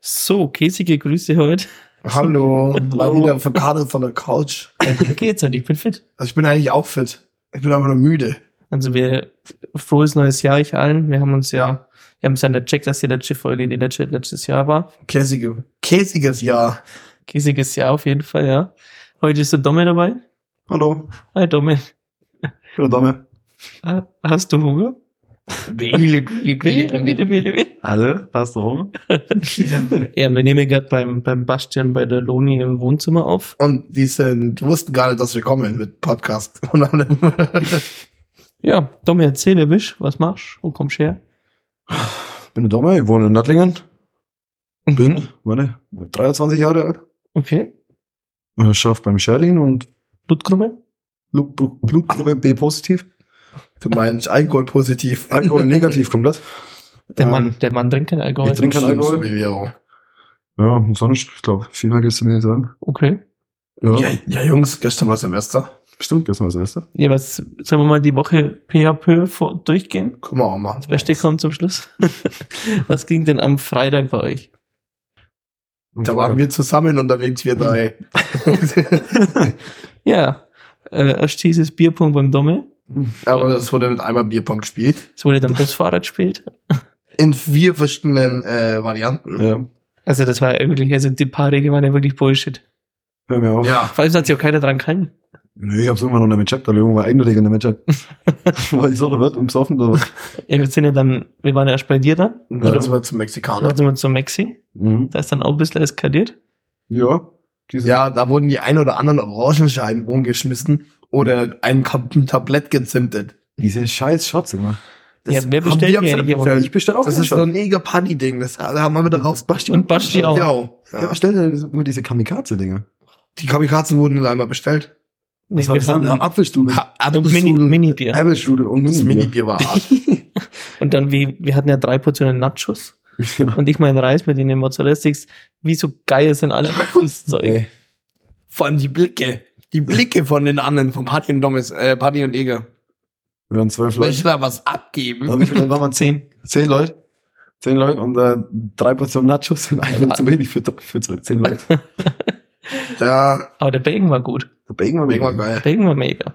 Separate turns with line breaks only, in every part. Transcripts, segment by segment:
So, käsige Grüße heute.
Hallo, mal
Hallo.
wieder verkadert von der Couch.
Geht's und ich bin fit.
Also ich bin eigentlich auch fit. Ich bin aber nur müde.
Also wir, frohes neues Jahr euch allen. Wir haben uns ja, wir haben es dann gecheckt, dass die letzte Folge die letzte, letztes Jahr war.
Käsige, käsiges Jahr.
Käsiges Jahr auf jeden Fall, ja. Heute ist der Domme dabei.
Hallo,
Hi Domme.
hallo Dame.
Ah, Hast du Hunger? Bitte, bitte, bitte, bitte.
Alle, hast du Hunger?
Ja, wir nehmen gerade beim, beim Bastian bei der Loni im Wohnzimmer auf.
Und die sind, wussten gar nicht, dass wir kommen mit Podcast. Und dann-
Ja, Domme, erzähl mir, Wisch, was machst du? Wo kommst du her?
Ich bin der Dame, ich wohne in Nördlingen.
Mhm.
Und bin, warte, 23 Jahre alt.
Okay.
Und Schaff beim Scherling und
Blutgrumme?
Blut- Blut- Blutgruppe B positiv.
du meinst Alkohol positiv.
Alkohol negativ komplett.
Der
Ähm,
Mann, der Mann trinkt keinen Alkohol.
ich trinke keinen Alkohol.
Bewährung.
Ja, und sonst, ich glaube, viel mehr gestern nicht sagen.
Okay.
Ja,
Ja, ja, Jungs, gestern war Semester.
stimmt, gestern war Silvester.
Ja, was, sollen wir mal die Woche peu à peu vor, durchgehen?
Können wir auch machen.
Das Beste kommt zum Schluss. was ging denn am Freitag bei euch?
Da waren wir zusammen unterwegs, wir drei.
Ja, äh, erst dieses Bierpunkt beim Domme.
aber das wurde mit einmal Bierpong gespielt.
Es wurde dann das Fahrrad gespielt.
In vier verschiedenen äh, Varianten.
Ja,
Also das war ja wirklich, also die paar Regeln waren ja wirklich Bullshit.
hör mir auf.
Ja.
Vor allem hat sich auch keiner dran gehalten.
Nö, ich hab's irgendwann noch nicht gecheckt, aber irgendwann war eigentlich nicht mehr gecheckt. Weil ich so, da wird ums Offen oder was.
Ja, wir sind ja dann, wir waren ja erst bei dir dann.
Und dann sind wir zum Mexikaner.
Dann sind wir zu Mexi.
Mhm.
Da ist dann auch ein bisschen eskaliert.
Ja, diese-
Ja, da wurden die ein oder anderen Orangenscheiben rumgeschmissen oder ein Kap- ein Tablett gezimtet.
diese scheiß Shots immer. Also
Ja, wer
haben
bestellt
wir
mir
uns
hier
bestellt.
Ich bestell auch
Das
einen
ist so ein eger Party-Ding. Das haben wir wieder raus. Basti
Und Basti auch.
Ja,
Ja.
bestell dir nur diese Kamikaze-Dinger.
Die Kamikazen wurden dann einmal bestellt.
Nee,
war
wir
das dann?
waren
Apfelstrudel.
Ha, also
so Mini, Mini-Bier.
Apfelstrudel und
Das
Mini.
Mini-Bier war hart.
Und dann, wie, wir hatten ja drei Portionen Nachos.
Ja.
und ich meinen Reis mit den Mozzarella Sticks, wie so geil sind alle Zeug.
Ey.
Vor allem die Blicke. Die Blicke von den anderen, vom Party und Domis, äh, Party und Eger.
Wir waren zwölf
Möchte
Leute.
da was
Da
abgeben?
waren wir zehn. Zehn Leute. Zehn Leute und äh, drei Portionen Nachos sind einfach zu wenig für, für zwölf- zehn Leute.
Ja,
Aber der Bacon war gut.
Der Bacon war
mega
mega.
Der
geil.
Bacon war mega.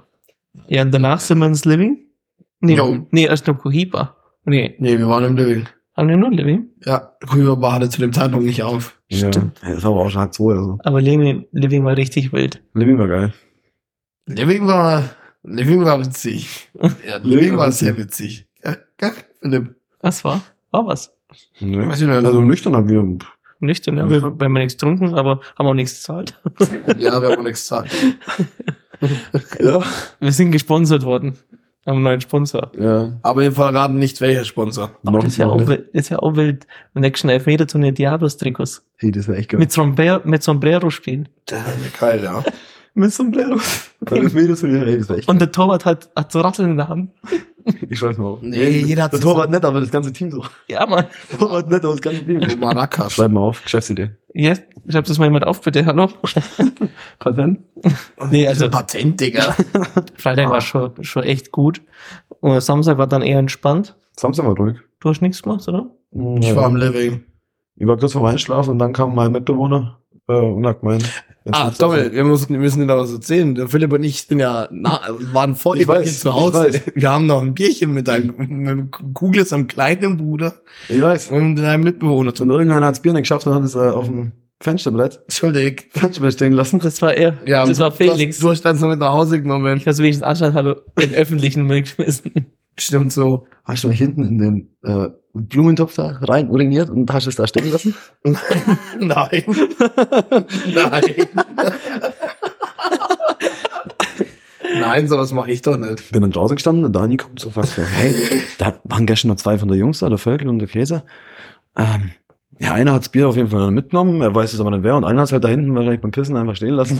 Ja, und danach sind wir ins Living. Nee,
Jo.
nee erst noch Cohiba. Nee,
Nee, wir waren im Living.
haben wir nur Living.
Ja, Rüberbar hatte zu dem Zeitpunkt nicht auf.
Ja.
Stimmt.
Ja, das war aber auch schon halb zwei. Also.
Aber Living, Living war richtig wild.
Living war geil.
Living war, Living war witzig. Ja, Living war sehr witzig. Ja, gell, Philipp.
Was war? War was.
Ne?
Weiß ich nicht.
Also nüchtern haben wir.
Nüchtern, ja.
Ja.
Wir, wir haben ja nichts getrunken, aber haben auch nichts gezahlt.
Ja, wir haben nichts gesagt.
Ja.
Wir sind gesponsert worden. Haben einen neuen Sponsor.
ja.
Aber wir verraten nicht, welcher Sponsor.
Aber das ist ja auch
ne?
wild. Das ist ja auch wild. Im nächsten Elfmeter zu den Diablos-Trikots.
Hey, das war echt geil.
Mit, Sombrero, mit Sombrero spielen.
Das ist geil, ja.
mit Sombrero. Bei den Mädels und hey, Also das war echt
Und der Torwart hat, hat so Ratteln in der Hand.
Ich schreibe mal auf.
Nee, jeder hat
Das
so-
Torwart nicht, aber das ganze Team so.
Ja, Mann.
Torwart nicht, aber das ganze Team so.
Maracas.
Schreib mal auf, Geschäftsidee.
Yes, schreibt das mal jemand auf, bitte. Hallo.
Patent?
Nee, also-
Patent, Digga.
Freitag war schon, schon echt gut. Und Samstag war dann eher entspannt.
Samstag war ruhig.
Du hast nichts gemacht, oder?
Ich war am Living.
Mhm. Ich war kurz vorm Einschlafen und dann kam mein Mitbewohner äh, und hat gemeint. jetzt
Ah,
wird's
Dommel, wir müssen, wir müssen dir da was erzählen. Der Philipp und ich sind ja, na, waren voll
Ich weiß,
zu
ich
Hause.
weiß.
Wir haben noch ein Bierchen mit deinem, mit dem Kugel, seinem kleinen Bruder
jetzt- Ich weiß. Und
und mit deinem Mitbewohner. zu-
irgendeiner hat's Bier nicht geschafft und hat es äh, auf dem Fensterbrett,
Entschuldig.
Fensterbrett stehen lassen.
Das war er.
Ja,
das war Felix.
Du hast dann so mit nach Hause genommen.
ich habe wenigstens Anstand hallo in den öffentlichen Müll geschmissen.
Stimmt so.
Hast du hinten in den äh, Blumentopf da rein uriniert und hast es da stehen lassen?
Nein. Nein. Nein, sowas mache ich doch nicht.
Bin dann draußen gestanden und Dani kommt so und sagt so, hey, da waren gestern noch zwei von der Jungs da, der Völkel und der Käser. Ähm, ja, einer hat's Bier auf jeden Fall mitgenommen, er weiß es aber nicht wer, und einer hat's halt da hinten wahrscheinlich beim Pissen einfach stehen lassen.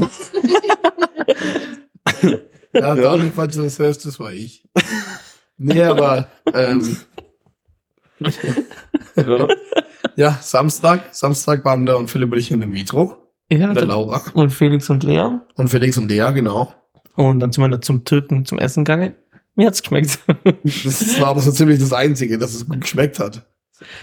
Ja, ja. Donald, falls du das hörst, das war ich. Nee, aber ähm,
ja.
ja, Samstag. Samstag waren da und Philipp und ich in dem Vitro.
Ja,
Mit der
dann-
Laura.
und Felix und Lea.
Und Felix und Lea, genau.
Und dann sind wir noch zum Türken zum Essen gegangen. Mir hat's geschmeckt.
Das war aber so ziemlich das Einzige, dass es gut geschmeckt hat.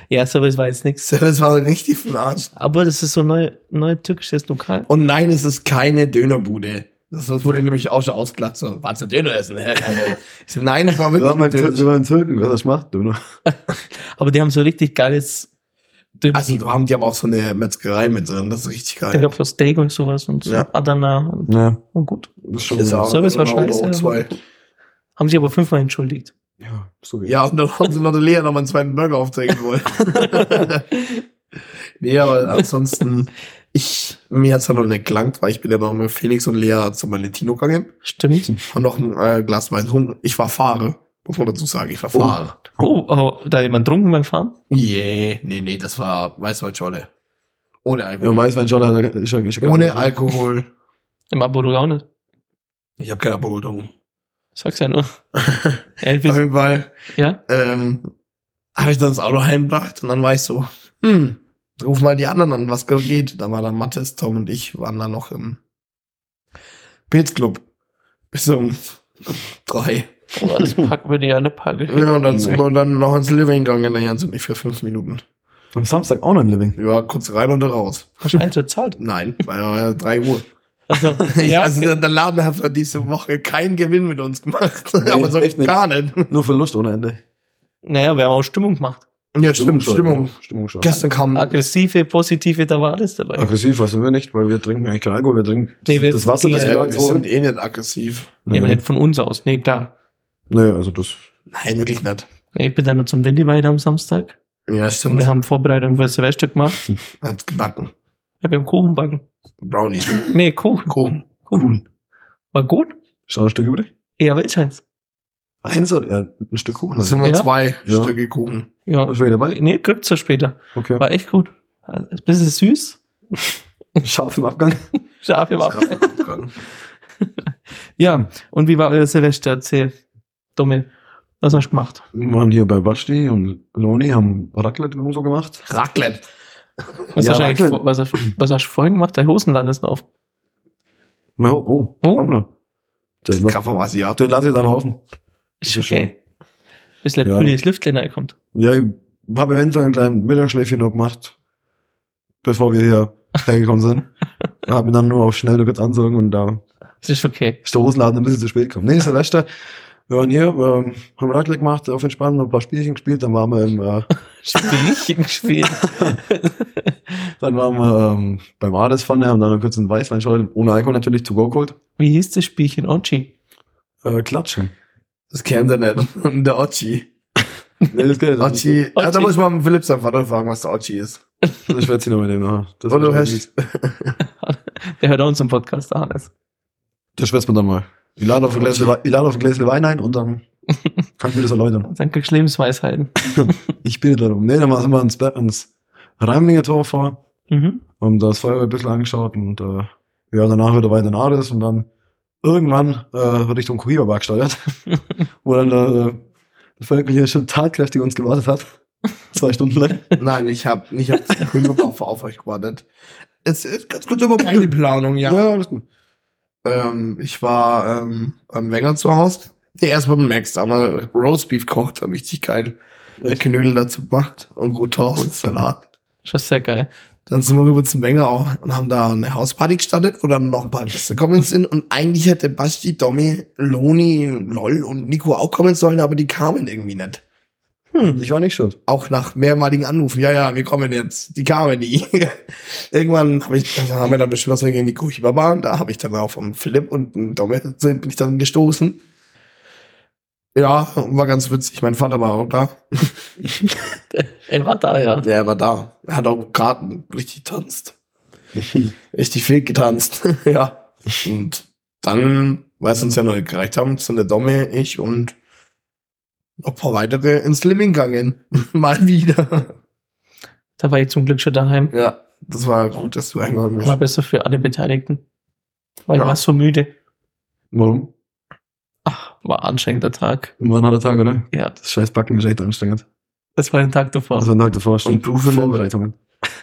Ja, Service war jetzt nichts.
Das war richtig von Arsch.
Aber das ist so ein neu, neu türkisches Lokal.
Und nein, es ist keine Dönerbude. Das das wurde nämlich auch schon ausgelacht. So, warst du Döner essen? Hä? Ich so, nein, das war wirklich
Wenn man
ein Döner.
einen Türken, was das macht, du. ne?
Aber die haben so richtig geiles.
Also, da haben die aber auch so eine Metzgerei mit drin. Das ist richtig
Da
geil.
gab es so Steak und sowas und so
Ja.
Adana. Und,
Ja.
und gut.
Das ist
Das ist auch-
Service war
auch- auch
scheiße.
zwei.
Haben sie aber fünfmal entschuldigt.
Ja, so wie
Ja, und dann haben sie noch der Lea nochmal einen zweiten Burger aufzeigen wollen. nee, aber ansonsten, ich, mir hat's ja noch nicht gelangt, weil ich bin ja noch mit Felix und Lea zum Valentino gegangen.
Stimmt.
Und noch ein äh, Glas Wein trinken. Ich war Fahrer, muss man dazu sagen. Ich war Fahrer.
Oh, aber da jemand trunken beim Fahren?
Yeah, nee, nee, das war Weißweinscholle. Ohne
Ja,
Alkohol.
Weißwein schon, hat er- ist ja- ist ja-
Ohne Alkohol.
Im Abo auch nicht.
Ich habe keine Alkohol getrunken.
Sag's ja nur.
Auf
Elvis,
jeden Fall
ja?
ähm, habe ich dann das Auto heimgebracht und dann war ich so, hm, ruf mal die anderen an, was geht. Da war dann Mathis, Tom und ich waren dann noch im Pilzclub. Bis um drei.
Oh, das packen wir dir ja eine Packe.
Ja, und dann sind wir dann noch ins Living gegangen, nachher sind nicht für fünf Minuten.
Am Samstag auch noch im Living.
Ja, kurz rein und raus.
Hast du eins bezahlt?
Nein, weil war ja drei Uhr.
Also,
Ich,
ja,
also der, der Laden hat für diese Woche keinen Gewinn mit uns gemacht. Aber so
echt nicht.
gar nicht.
Nur Verlust ohne Ende.
naja, wir haben auch Stimmung gemacht.
Ja, stimmt,
schon.
Stimmung.
Stimmung schon.
Gestern kam
Aggressive, positive, da war alles dabei.
Aggressiv was sind wir nicht, weil wir trinken eigentlich keinen Alkohol, wir trinken
Nee, wir-
das Wasser, das
Ja,
wir
Ja, wir sind
getrunken
eh nicht aggressiv.
Nee, aber
haben.
nicht von uns aus. Nee, klar.
Nee, also das.
Nein, wirklich nicht.
Ich bin dann noch zum Wendy weiter am Samstag.
Ja,
Und
stimmt.
wir haben Vorbereitung für Silvester gemacht.
Hat's gebacken.
Ja, wir haben Kuchen backen.
Brownies.
Nee, Kuchen.
Kuchen.
Mhm.
Kuchen. War gut?
Ist noch ein Stück übrig?
Ja, aber ich eins.
Eins oder ja, ein Stück Kuchen.
Das sind nur
Ja.
zwei
Ja.
Stücke Kuchen.
Ja.
schon wieder dabei.
Nee, kriegt's ja später.
Okay.
War echt gut. Also, Ein bisschen süß.
Scharf im Abgang.
Scharf im Apfel.
Ja,
Ja, und wie war euer Silvester? Erzähl. Dumme. Was hast du gemacht?
Wir waren hier bei Basti und Loni, haben Raclette und so gemacht.
Raclette.
Was,
Ja,
hast, du eigentlich,
Raclette.
vor- was, hast, was hast du vorhin gemacht? Dein Hosenland ist auf.
Ja, oh,
Oh.
haben wir. Das
Das kann
war-
vom Asiaten.
Den lass ich dann laufen.
Ist
Ist ja schön.
okay. Bis der
Ja.
Pulli ins Lüftchen reinkommt.
Ja, ich habe eventuell einen kleinen Mittagsschläfchen noch gemacht, bevor wir hier hergekommen sind. habe ihn dann nur auf schnell kurz anzogen und da
Das ist okay.
ist der Hosenladen ein bisschen zu spät gekommen. Nee, Silvester, wir waren hier, ähm, haben Raclette gemacht, auf entspannt, noch ein paar Spielchen gespielt, dann waren wir im, äh,
Spielchen gespielt.
dann waren wir ähm, beim Ades Pfanne, haben dann noch kurz einen Weißwein schon ohne Alkohol natürlich to go geholt.
Wie hieß das Spielchen? Onchi.
Äh, klatschen.
Das kennt er nicht. Und der Ochi.
Nee, das geht nicht.
Ochi. Ja, da
Ochi.
muss ich mal mit Philipp seinen Vater fragen, was der Ochi ist.
Ich werde sie noch mit dem machen. Das,
Und du
das,
hast,
das,
Der hört auch unseren Podcast an. Das
schwätzt man dann mal. Ich lade auf ein Gläschen Wei- ich lade auf ein Gläschen Wein ein und dann kann ich mir das erläutern.
Dann kriegst du Lebensweisheiten.
Ich bitte darum. Nee, dann sind wir ins, ins Reimlinger Tor vor,
Mhm.
haben das Feuerwehr ein bisschen angeschaut und äh, ja, danach wieder weiter in Ades und dann irgendwann äh, Richtung Kurierberg gesteuert, wo dann äh, das Feuerwehr hier schon tatkräftig uns gewartet hat. Zwei Stunden lang.
nein, ich hab, ich hab genug auf, auf euch gewartet. Es ist ganz kurz über meine Planung, ja.
alles gut.
Ähm, ich war ähm, am Wenger zu Hause. Nee, erstmal mit Max, da haben wir Roastbeef gekocht, haben richtig geil mit Knödel dazu gemacht und gut und Salat.
Schon sehr geil.
Dann sind wir rüber zum Wenger auch und haben da eine Hausparty gestartet, wo dann noch ein paar Gäste kommen sind. Und eigentlich hätte Basti, Domi, Loni, Loll und Nico auch kommen sollen, aber die kamen irgendwie nicht.
Hm, Ich war nicht schuld.
Auch nach mehrmaligen Anrufen, ja, ja, wir kommen jetzt. Die kamen nie. Irgendwann hab ich, dann haben wir dann beschlossen, wir gehen in die Küche überbauen. Da habe ich dann auch vom Philipp und dem Domi sind, bin ich dann gestoßen. Ja, war ganz witzig. Mein Vater war auch da.
Er war da, ja.
Der war da. Er hat auch Karten richtig tanzt. richtig viel getanzt. ja. Und dann, weil es uns ja noch nicht gereicht haben, sind der Domme, ich und noch ein paar weitere ins Living gegangen. Mal wieder.
Da war ich zum Glück schon daheim.
Ja, das war gut, dass du eingeladen
War
bist.
besser für alle Beteiligten. Weil
Ja.
ich war so müde.
Warum?
Ach, Ah, war anstrengender Tag.
War ein harter Tag, oder?
Ja,
Das scheiß Backen ist echt anstrengend.
das war der Tag davor.
Also ein Tag davor
Und du für
Vorbereitungen.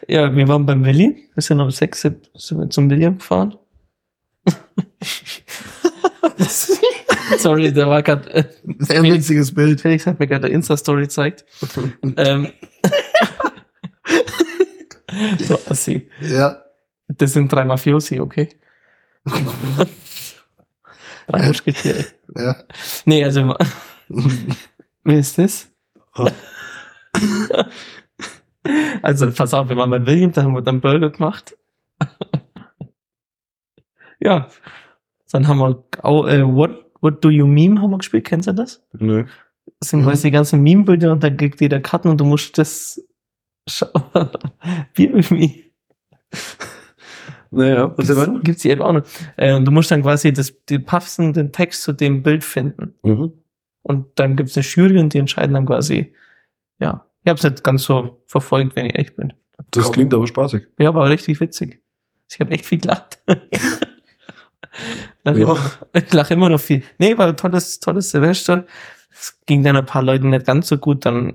Ja, wir waren beim Willi. Wir sind um 6 Uhr sind wir zum William gefahren. Sorry, da war gerade. Äh,
Sehr witziges Bild.
Felix hat mir gerade eine Insta-Story gezeigt. ähm. so, assi.
Ja.
Das sind drei Mafiosi, okay? drei Musketiere.
Ja.
Nee, also, wie ist das? also, pass auf, wir waren bei William, da haben wir dann Burger gemacht. ja. Dann haben wir auch, äh, what, what do you meme haben wir gespielt, kennst du das?
Nö.
Das sind
Mhm.
quasi die ganzen Meme-Bilder und dann kriegt jeder Karten und du musst das schauen. Wie irgendwie.
Naja, und der
Das
Mann?
gibt's die App auch noch. Äh, und du musst dann quasi das, die Puffsen, den Text zu dem Bild finden.
Mhm.
Und dann gibt's eine Jury und die entscheiden dann quasi. Ja. Ich hab's nicht ganz so verfolgt, wenn ich echt bin.
Das
Komm.
klingt aber spaßig.
Ja, war richtig witzig. Ich habe echt viel gelacht. Lach
Ja.
immer- Ich lache immer noch viel. Nee, war ein tolles, tolles Silvester. Es ging dann ein paar Leuten nicht ganz so gut, dann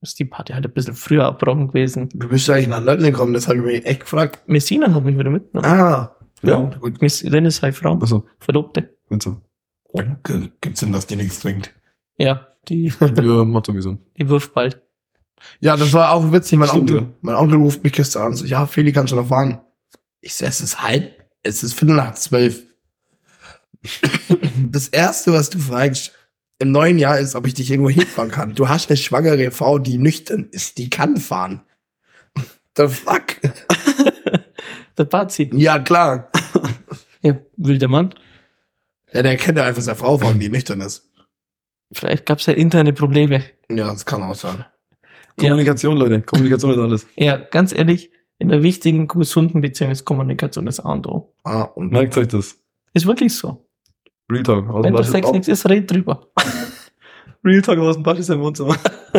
ist die Party halt ein bisschen früher abgebrochen gewesen.
Du bist eigentlich nach London gekommen, das habe ich mich echt gefragt.
Messina hat mich wieder mitgenommen.
Ah.
Ja.
Gut.
Miss Dennis sei Frau,
Achso,
Verlobte.
wenn so.
G- Gibt's denn, dass die nichts trinkt?
Ja, die,
Ja, macht sowieso.
die wirft bald.
Ja, das war auch witzig. Mein
Stimmt,
Onkel,
ja.
mein Onkel ruft mich gestern an und so, ja, Feli, kannst du noch fahren? Ich so, es ist halb, es ist Viertel nach zwölf. Das Erste, was du fragst im neuen Jahr ist, ob ich dich irgendwo hinfahren kann. Du hast eine schwangere Frau, die nüchtern ist, die kann fahren. The fuck?
Der Bart sieht.
Ja, klar.
Ja, wilder Mann.
Ja, der kennt ja einfach seine Frau fahren, die nüchtern ist.
Vielleicht gab's ja interne Probleme.
Ja, das kann auch sein.
Ja,
Kommunikation, Leute. Kommunikation ist alles.
ja, ganz ehrlich, in der wichtigen, gesunden Beziehung ist Kommunikation das A und O.
Ah, und
Merkt euch das.
Ist wirklich so.
Real Talk. Also Aus
Wenn
dem
doch
Bad-
Sex
au-
nichts ist, red drüber.
Real Talk aus dem Bad ist im Wohnzimmer.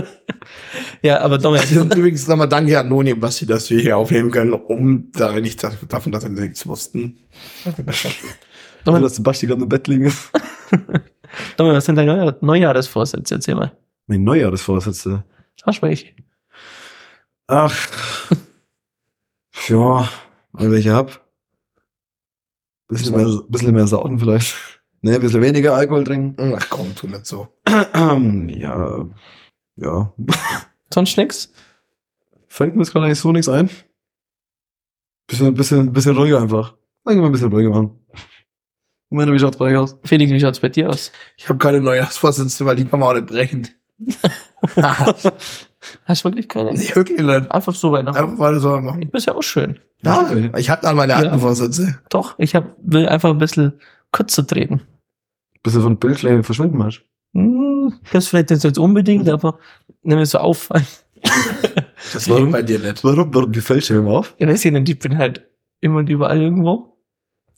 Ja, aber Dominik,
Und übrigens nochmal danke an Noni und Basti, dass wir hier aufnehmen können, um da nicht das- davon, dass wir nichts wussten.
Nur, Also, dass Sebastian gerade im Bett liegen ist.
Dominik, was sind deine Neujahr Neujahresvorsätze? Erzähl mal.
Mein Neujahresvorsätze.
Hast du welche?
Ach. ja, wenn welche hab. Bisschen mehr, bisschen mehr saufen vielleicht. Ne, ein bisschen weniger Alkohol trinken.
Ach komm, tu nicht so.
ja. Ja.
Sonst nix?
Fällt mir jetzt gerade eigentlich so nichts ein. Bisschen, bisschen, bisschen ruhiger einfach. Einfach ein bisschen ruhiger machen. Moment, wie schaut's bei euch aus?
Felix, wie schaut's bei dir aus?
Ich habe keine Neujahrsvorsätze, weil die kann man auch nicht brechen.
Hast du wirklich keine?
nee, wirklich nicht.
Einfach so Weihnachten.
Einfach mal so machen.
Ist ja auch schön.
Ja, ich hatte an meine alten
Ja.
Vorsätze.
Doch, ich hab, will einfach ein bisschen kürzer treten.
Bisschen von Bildfläche verschwinden hast.
Hm, Das vielleicht jetzt nicht unbedingt, aber nimm mir so auf.
Das
Warum?
geht bei dir nicht.
Warum, warum gefällt dir immer auf?
Ich weiß ja nicht, ich bin halt immer und überall irgendwo.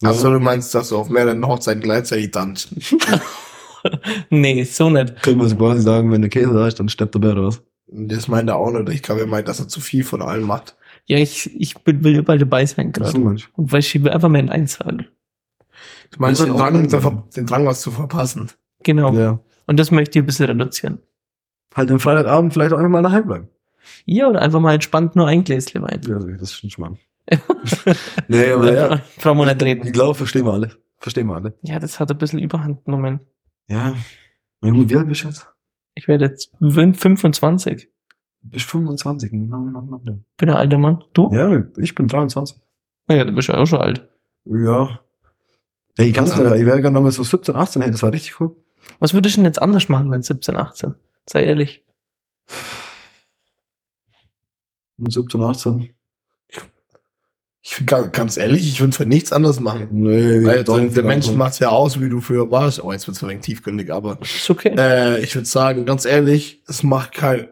Also du meinst, dass du auf mehreren Hochzeiten gleichzeitig tanzt.
Nee, so nicht.
Können wir so quasi sagen, wenn der Käse da ist, dann steppt der Bär raus.
Das meint er auch nicht. Ich glaube, er meint, dass er zu viel von allem macht.
Ja, ich, ich bin, will überall dabei sein
So
gerade.
manch.
Und weil ich will einfach mein Eins sagen.
Du meinst
Das ist
den
auch
Drang,
gut.
zu ver- den Drang, was zu verpassen.
Genau.
Ja.
Und das möchte ich ein bisschen reduzieren.
Halt am Freitagabend vielleicht auch einfach mal daheim bleiben.
Ja, oder einfach mal entspannt nur ein Gläschen Wein.
Ja, das ist schon schmarrn. nee, aber ja.
Brauchen wir nicht
Ich
reden.
glaube, verstehen wir alle. Verstehen wir alle.
Ja, das hat ein bisschen Überhand genommen.
Ja. Na gut, wie alt bist du jetzt?
Ich werde jetzt 25.
Bist 25. Na, na, na, na.
Bin ein alter Mann. Du?
Ja, ich bin 23.
Ja, du bist ja auch schon alt.
Ja. Ey, ich, kann's
Ja.
ja. ich wäre gerne mal so 17, 18, hey, das war richtig cool.
Was würdest du denn jetzt anders machen, wenn 17, 18? Sei ehrlich.
Mit 17, 18.
Ich bin ga- ganz ehrlich, ich würde für nichts anderes machen.
Nee,
Weil der Mensch macht's ja aus, wie du früher warst. Oh, jetzt wird's ein wenig tiefgründig, aber
Ist okay.
Ähm.
Äh, ich würde sagen, ganz ehrlich, es macht kein.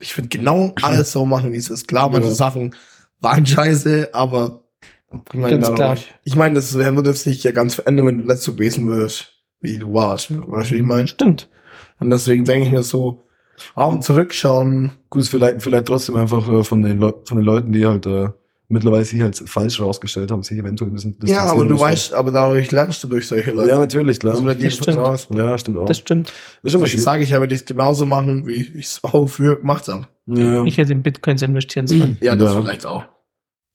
Ich würde genau alles so machen, wie es ist. Klar, manche
Ja.
Sachen waren scheiße, aber ich meine,
Ganz klar.
ich meine, das wäre würde sich ja ganz verändern, wenn du nicht so gewesen würdest, wie du warst. Weißt du, wie ich meine?
Stimmt.
Und deswegen denke ich mir so, auch zurückschauen.
Gut, vielleicht, vielleicht trotzdem einfach äh, von, den Leu- von den Leuten, die halt äh, mittlerweile sich als falsch rausgestellt haben, sich eventuell ein bisschen
ja, aber
distanzieren
du
müssen.
weißt, aber dadurch lernst du durch solche Leute.
Ja, natürlich, klar.
Also, wenn die
Das stimmt.
raus-
Ja, stimmt auch.
Das stimmt.
ist
Ich sage ich, aber das genauso machen, wie ich es auch früher gemacht habe.
Ja,
Ich hätte in Bitcoins investieren sollen.
Ja, das
Ja.
vielleicht auch.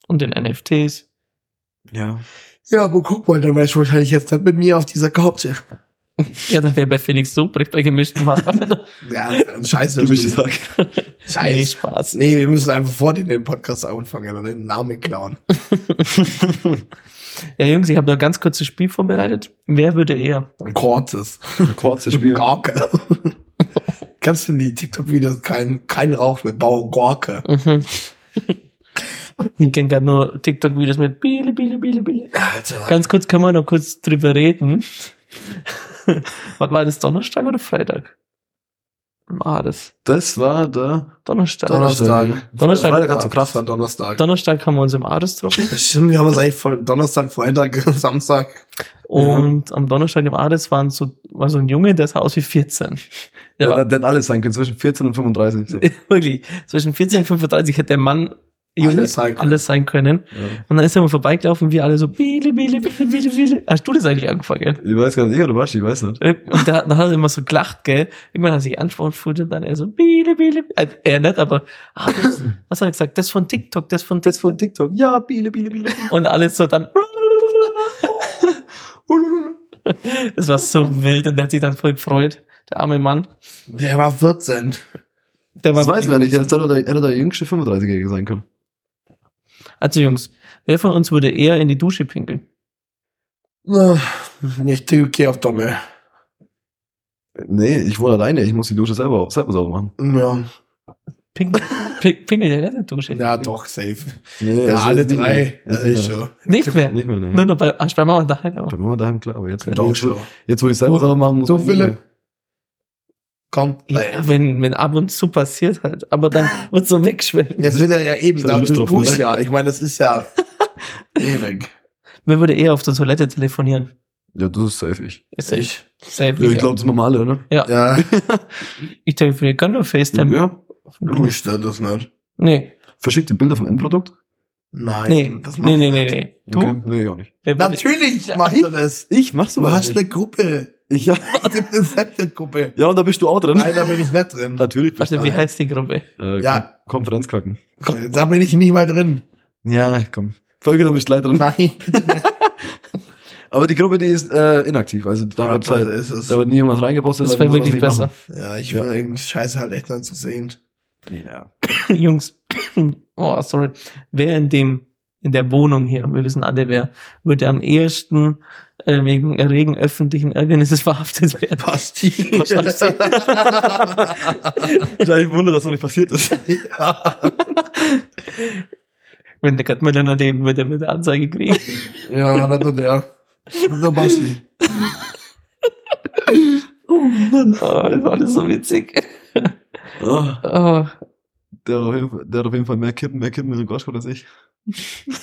Und in NFTs.
ja.
Ja, aber guck mal, dann wärst du wahrscheinlich jetzt nicht mit mir auf dieser Couch.
Ja, dann wäre bei Felix Sobrecht bei gemischten Wasser.
Ja, scheiße.
Tag.
nee,
Scheiße.
Spaß.
Nee, wir müssen einfach vor dir den Podcast anfangen und den Namen klauen.
Ja, Jungs, ich habe noch ein ganz kurzes Spiel vorbereitet. Wer würde eher?
Ein kurzes.
Kurzes Spiel.
Gorke. Kennst du die TikTok-Videos? Kein, kein Rauch mit Bauer Gorke.
Mhm. ich kenne gerade nur TikTok-Videos mit Bili, Bili, Bili, Bili.
Alter.
Ganz kurz können wir noch kurz drüber reden. Mhm. Was war das Donnerstag oder Freitag? War das
Das war der
Donnerstag? Donnerstag,
Donnerstag.
Donnerstag.
Freitag hat so krass war Donnerstag.
haben wir uns im Ares getroffen.
Stimmt, wir haben uns eigentlich vor Donnerstag, Freitag, Samstag.
Und am Donnerstag im Ares waren so, war so ein Junge, der sah aus wie 14. Der
Ja.
war,
Der hat alles sein können, zwischen 14 und 35. So.
wirklich, zwischen 14 und 35 hätte der Mann Junge
Alles sein können.
alles sein können.
Ja.
Und dann ist er mal vorbeigelaufen, wir alle so, bili, bili, bili, bili, bili. Hast du das eigentlich angefangen?
Ich weiß gar nicht, ich oder was, ich weiß nicht.
Äh, Und da, da hat er immer so gelacht, gell? Irgendwann hat er sich antworten gefühlt und dann er so, bili, bili. Äh, Er nicht, aber, ah, das, was hat er gesagt? Das von TikTok, das von TikTok.
von TikTok. Ja, Biele, Biele, Biele.
Und alles so dann. Das war so wild und der hat sich dann voll gefreut, der arme Mann.
Der war 14.
Der
Das
war
weiß man nicht, er hätte der, der, der jüngste 35-Jährige sein können.
Also Jungs, wer von uns würde eher in die Dusche pinkeln?
Ich gehe auf Domme.
Nee, ich wohne alleine, ich muss die Dusche selber, selber sauber machen.
Ja.
Pinkeln, pink, pinkeln der nicht in die Dusche?
ja, doch, safe.
Nee,
Ja,
das
alle
ist nicht
drei.
mehr.
Ja,
Das
ich
ist nicht
schon.
Nicht
mehr. Genau.
mehr.
Nicht mehr, ne. nee.
Nur noch bei, ach, bei Mama daheim. auch.
Bei Mama daheim, klar, aber jetzt,
Doch
jetzt,
schon.
jetzt wo ich selber sauber machen muss.
So, Philipp. Komm.
Ja, wenn, wenn ab und zu passiert halt. Aber dann wird so wegschwemmen.
Jetzt will er ja eben
So,
da.
du bist
Du
drauf,
tust
ne?
ja. Ich meine, das ist ja ewig.
Wer würde eher auf der Toilette telefonieren?
Ja, das ist safe ich.
Ist
Ich.
safe.
Ja, ich glaube, das machen wir alle, ne?
Ja,
ich telefoniere kann nur FaceTime.
Ja.
mich stört das nicht.
Nee,
Verschickt die Bilder vom Endprodukt?
Nein.
nee,
das
nee,
macht-
nee, nee, nee. Du?
Okay. Nee, auch nicht.
Wer würde-
Natürlich macht er das.
Ich mach's
Du hast eine Gruppe.
Ich, ja.
Es gibt eine Snapchat-Gruppe.
ja, und da bist du auch drin.
Nein, da bin ich nicht drin.
Natürlich. Äh, bist
Warte, wie
Nein.
heißt die Gruppe?
du- Äh,
Ja.
ja. Konferenzkacken.
Da bin ich nicht mal drin.
Ja, komm. Folge, da bist du leider drin.
Nein.
Aber die Gruppe, die ist äh, inaktiv. Also da wird, halt,
ist es.
da wird nie jemand reingepostet.
Das
da
wäre
muss man
wirklich
nicht
besser.
Ja, ich will irgendwie Scheiße halt echt nicht zu sehen.
machen. Ja.
Jungs, oh, sorry. Wer in dem, in der Wohnung hier, wir wissen alle wer, würde am ehesten äh, wegen erregen öffentlichen Ärgernisses verhaftet werden?
Basti.
Basti.
Ich wundere, dass das nicht passiert ist.
ja.
Wenn der Gerd Müller daneben würde, würde er Anzeige kriegen.
ja, das und der. So Basti.
oh, das war alles so witzig.
Oh,
Oh,
der, hat auf jeden Fall, der hat auf jeden Fall mehr Kippen, mehr Kippen mit dem Groschko als ich.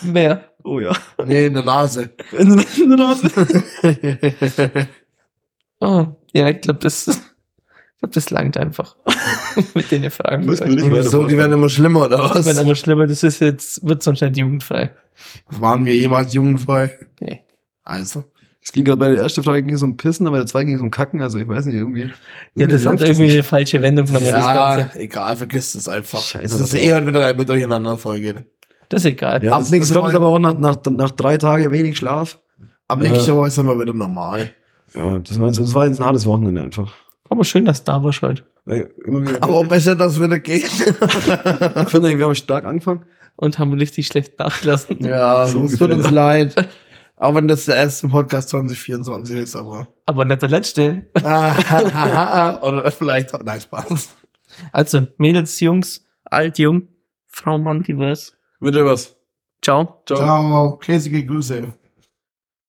mehr.
Oh ja.
Nee, in der Nase.
In der- in der Nase.
Oh, ja, ich glaube, das, ich glaub, das langt einfach. Mit den Fragen.
Müssen wir nicht weiter
so, die werden immer schlimmer, oder
Das wird
was?
aber schlimmer, das ist jetzt, wird sonst nicht jugendfrei.
Waren wir jemals jugendfrei?
Nee.
Also.
Es ging gerade bei der ersten Frage ging es um Pissen, aber bei der zweiten ging es um Kacken. Also ich weiß nicht, irgendwie.
Ja, das hat
läuft
irgendwie
nicht.
eine falsche Wendung genommen. das Ganze.
Ja, egal, vergiss es einfach.
Scheiße,
es ist
das-
eh halt wieder mit durcheinander Folge.
Das ist egal.
Ja,
Ab
das,
nächstes
das kommt
Mal-
aber auch nach, nach, nach drei Tagen wenig Schlaf.
Ab
Ja.
nächstes Mal sind wir wieder normal.
Ja, das war, das war jetzt ein hartes Wochenende einfach.
Aber schön, dass du da warst heute.
Weil Immer wieder,
Aber besser, dass wir da gehen.
ich finde, wir haben stark angefangen.
und haben richtig schlecht nachgelassen.
ja,
So
es tut uns
ungefähr.
leid. Auch wenn das der erste Podcast 2024 ist, aber.
Aber nicht der letzte.
Oder vielleicht auch nein, Spaß.
Also, Mädels, Jungs, alt, jung, Frau, Mann, divers.
Bitte was.
Ciao.
Ciao. Ciao. Käsige Grüße.